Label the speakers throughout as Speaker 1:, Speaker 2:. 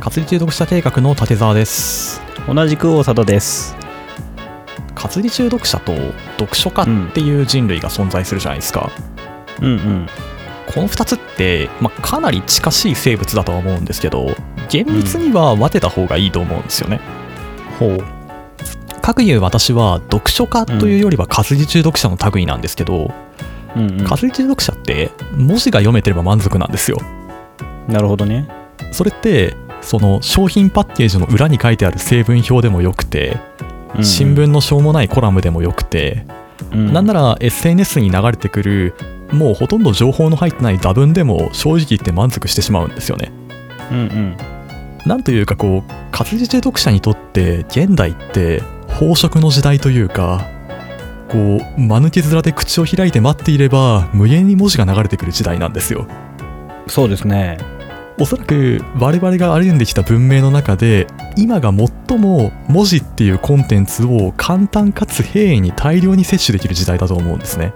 Speaker 1: 活字中毒者計画の立澤です
Speaker 2: 同じく大里です
Speaker 1: 活字中毒者と読書家っていう人類が存在するじゃないですか、
Speaker 2: うんうん
Speaker 1: この2つって、まあ、かなり近しい生物だとは思うんですけど厳密には分けた方がいいと思うんですよね、
Speaker 2: ほう
Speaker 1: かくいう私は読書家というよりは活字中毒者の類なんですけど、
Speaker 2: うん、
Speaker 1: 活字中毒者って文字が読めてれば満足なんですよ
Speaker 2: うん、なるほどね
Speaker 1: それってその商品パッケージの裏に書いてある成分表でもよくて新聞、のしょうもないコラムでもよくて、
Speaker 2: うんうん、
Speaker 1: なんなら SNS に流れてくるもうほとんど情報の入ってない座文でも正直言って満足してしまうんですよね。
Speaker 2: うんうん
Speaker 1: なんというかこう活字中読者にとって現代って飽食の時代というかこう間抜け面で口を開いて待っていれば無限に文字が流れてくる時代なんですよ。
Speaker 2: そうですね
Speaker 1: おそらく我々が歩んできた文明の中で今が最も文字っていうコンテンツを簡単かつ平易に大量に摂取できる時代だと思うんですね。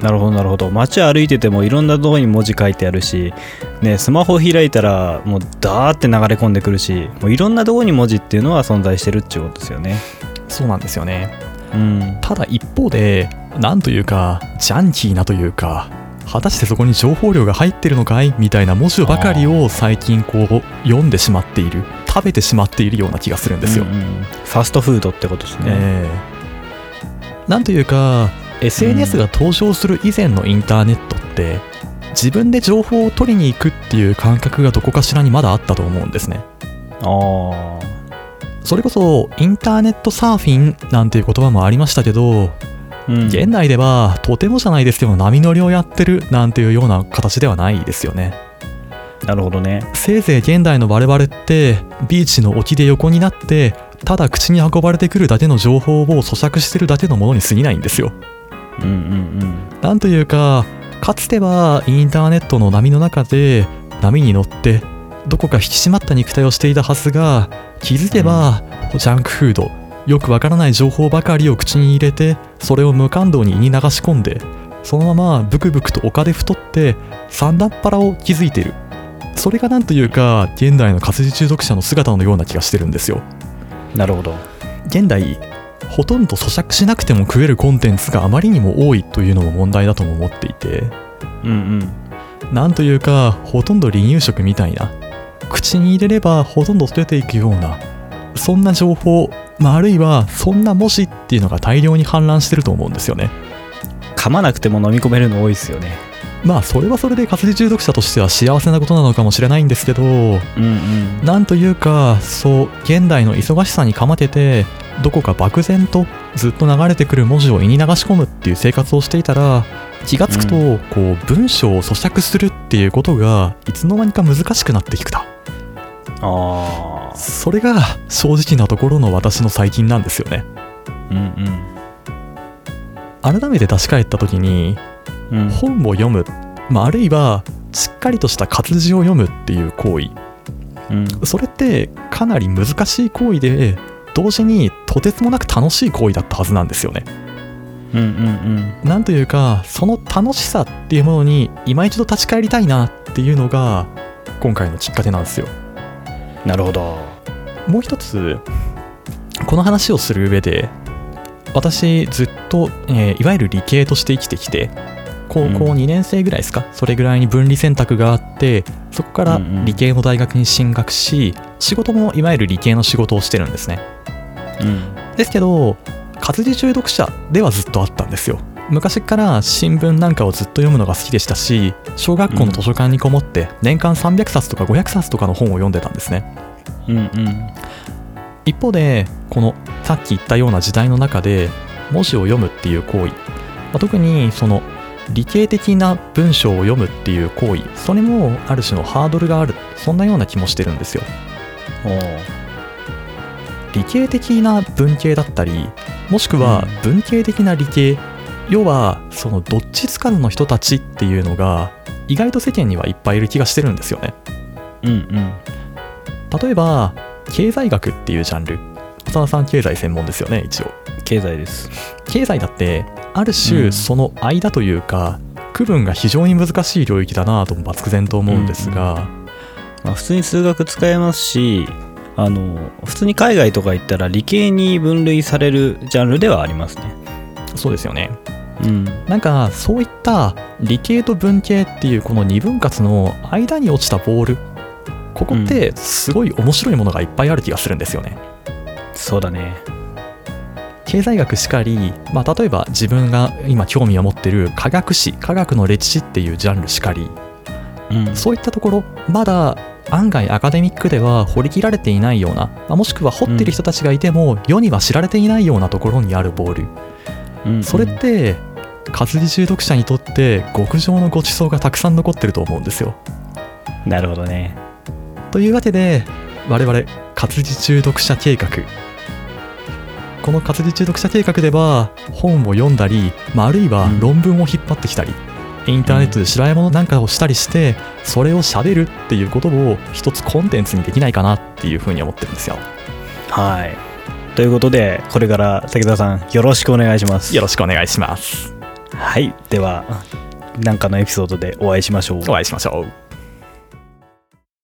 Speaker 2: なるほどなるほど街歩いててもいろんなとこに文字書いてあるし、ね、スマホ開いたらもうダーって流れ込んでくるしもういろんなとこに文字っていうのは存在してるっていうことですよね
Speaker 1: そうなんですよね。
Speaker 2: うん
Speaker 1: ただ一方でなんというかジャンキーなというか果たしてそこに情報量が入ってるのかいみたいな文字ばかりを最近こう読んでしまっている食べてしまっているような気がするんですよ。
Speaker 2: うんうんファストフードってことですね、
Speaker 1: ええなんというか SNS が登場する以前のインターネットって自分で情報を取りに行くっていう感覚がどこかしらにまだあったと思うんですね
Speaker 2: ああ
Speaker 1: それこそインターネットサーフィンなんていう言葉もありましたけど
Speaker 2: うん
Speaker 1: 現代ではとてもじゃないですけど波乗りをやってるなんていうような形ではないですよね
Speaker 2: なるほどね
Speaker 1: せいぜい現代の我々ってビーチの沖で横になってただ口に運ばれてくるだけの情報を咀嚼してるだけのものに過ぎないんですよ
Speaker 2: うんうん
Speaker 1: なんというかかつてはインターネットの波の中で波に乗ってどこか引き締まった肉体をしていたはずが気づけばジャンクフードよくわからない情報ばかりを口に入れてそれを無感動に胃に流し込んでそのままブクブクと丘で太って三段っ腹を築いているそれがなんというか現代の活字中毒者の姿のような気がしてるんですよ
Speaker 2: うんなるほど
Speaker 1: 現代ほとんど咀嚼しなくても食えるコンテンツがあまりにも多いというのも問題だとも思っていて
Speaker 2: うん
Speaker 1: なんというかほとんど離乳食みたいな口に入れればほとんど捨てていくようなそんな情報、まあ、あるいはそんな文字っていうのが大量に氾濫してると思うんですよね
Speaker 2: うん噛まなくても飲み込めるの多いですよね
Speaker 1: まあそれはそれで活字中毒者としては幸せなことなのかもしれないんですけど
Speaker 2: うんうん
Speaker 1: なんというかそう現代の忙しさにかまけてどこか漠然とずっと流れてくる文字を胃に流し込むっていう生活をしていたら気がつくと、
Speaker 2: う
Speaker 1: こう文章を咀嚼するっていうことがいつの間にか難しくなってきた
Speaker 2: ああ
Speaker 1: それが正直なところの私の最近なんですよね
Speaker 2: うん
Speaker 1: 改めて出し返った時に
Speaker 2: うんうん
Speaker 1: 本を読む、まあ、あるいはしっかりとした活字を読むっていう行為
Speaker 2: うん
Speaker 1: それってかなり難しい行為で同時にとてつもなく楽しい行為だったはずなんですよね
Speaker 2: うんうん
Speaker 1: なんというかその楽しさっていうものに今一度立ち返りたいなっていうのが今回のきっかけなんですよ
Speaker 2: うんなるほど
Speaker 1: もう一つこの話をする上で私ずっと、えーいわゆる理系として生きてきて高校
Speaker 2: うん
Speaker 1: 2年生ぐらいですか、それぐらいに分離選択があってそこから
Speaker 2: うんうん
Speaker 1: 理系の大学に進学し仕事もいわゆる理系の仕事をしてるんですね
Speaker 2: うん
Speaker 1: ですけど活字中毒者ではずっとあったんですよ昔から新聞なんかをずっと読むのが好きでしたし小学校の図書館にこもって年間300冊とか500冊とかの本を読んでたんですね
Speaker 2: うんうん
Speaker 1: 一方でこのさっき言ったような時代の中で文字を読むっていう行為、まあ特にその理系的な文章を読むっていう行為それもある種のハードルがあるそんなような気もしてるんですよ
Speaker 2: おう
Speaker 1: 理系的な文系だったりもしくは文系的な理系、要はそのどっちつかずの人たちっていうのが意外と世間にはいっぱいいる気がしてるんですよね
Speaker 2: うん
Speaker 1: 例えば経済学っていうジャンル浅田さん経済専門ですよね一応
Speaker 2: うん経済です
Speaker 1: 経済だってある
Speaker 2: う
Speaker 1: 種
Speaker 2: ん
Speaker 1: その間というか、区分が非常に難しい領域だなぁとも漠然と思うんですが、
Speaker 2: まあ、普通に数学使えますしあの普通に海外とか行ったら理系に分類されるジャンルではありますね。
Speaker 1: そうですよね
Speaker 2: うん、
Speaker 1: なんかそういった理系と文系っていうこの二分割の間に落ちたボールここってすごい面白いものがいっぱいある気がするんですよね
Speaker 2: そうだね。
Speaker 1: 経済学しかり、まあ、例えば自分が今興味を持ってる科学史科学の歴史っていうジャンルしかり
Speaker 2: うん、
Speaker 1: そういったところまだ案外アカデミックでは掘り切られていないようなまあもしくは掘ってる人たちがいても世には知られていないようなところにあるボール
Speaker 2: うん
Speaker 1: それって活字中毒者にとって極上のご馳走がたくさん残ってると思うんですよ。
Speaker 2: なるほどね。
Speaker 1: というわけで我々活字中毒者計画この活字中毒者計画では本を読んだり、まあ、あるいは
Speaker 2: うん
Speaker 1: 論文を引っ張ってきたり、インターネットで調べ物なんかをしたりしてそれをしゃべるっていうことを一つコンテンツにできないかなっていうふうに思ってるんですよ
Speaker 2: はい。ということでこれから武田さんよろしくお願いします。
Speaker 1: よろしくお願いします
Speaker 2: はい。ではなんかのエピソードでお会いしましょう。
Speaker 1: お会いしましょう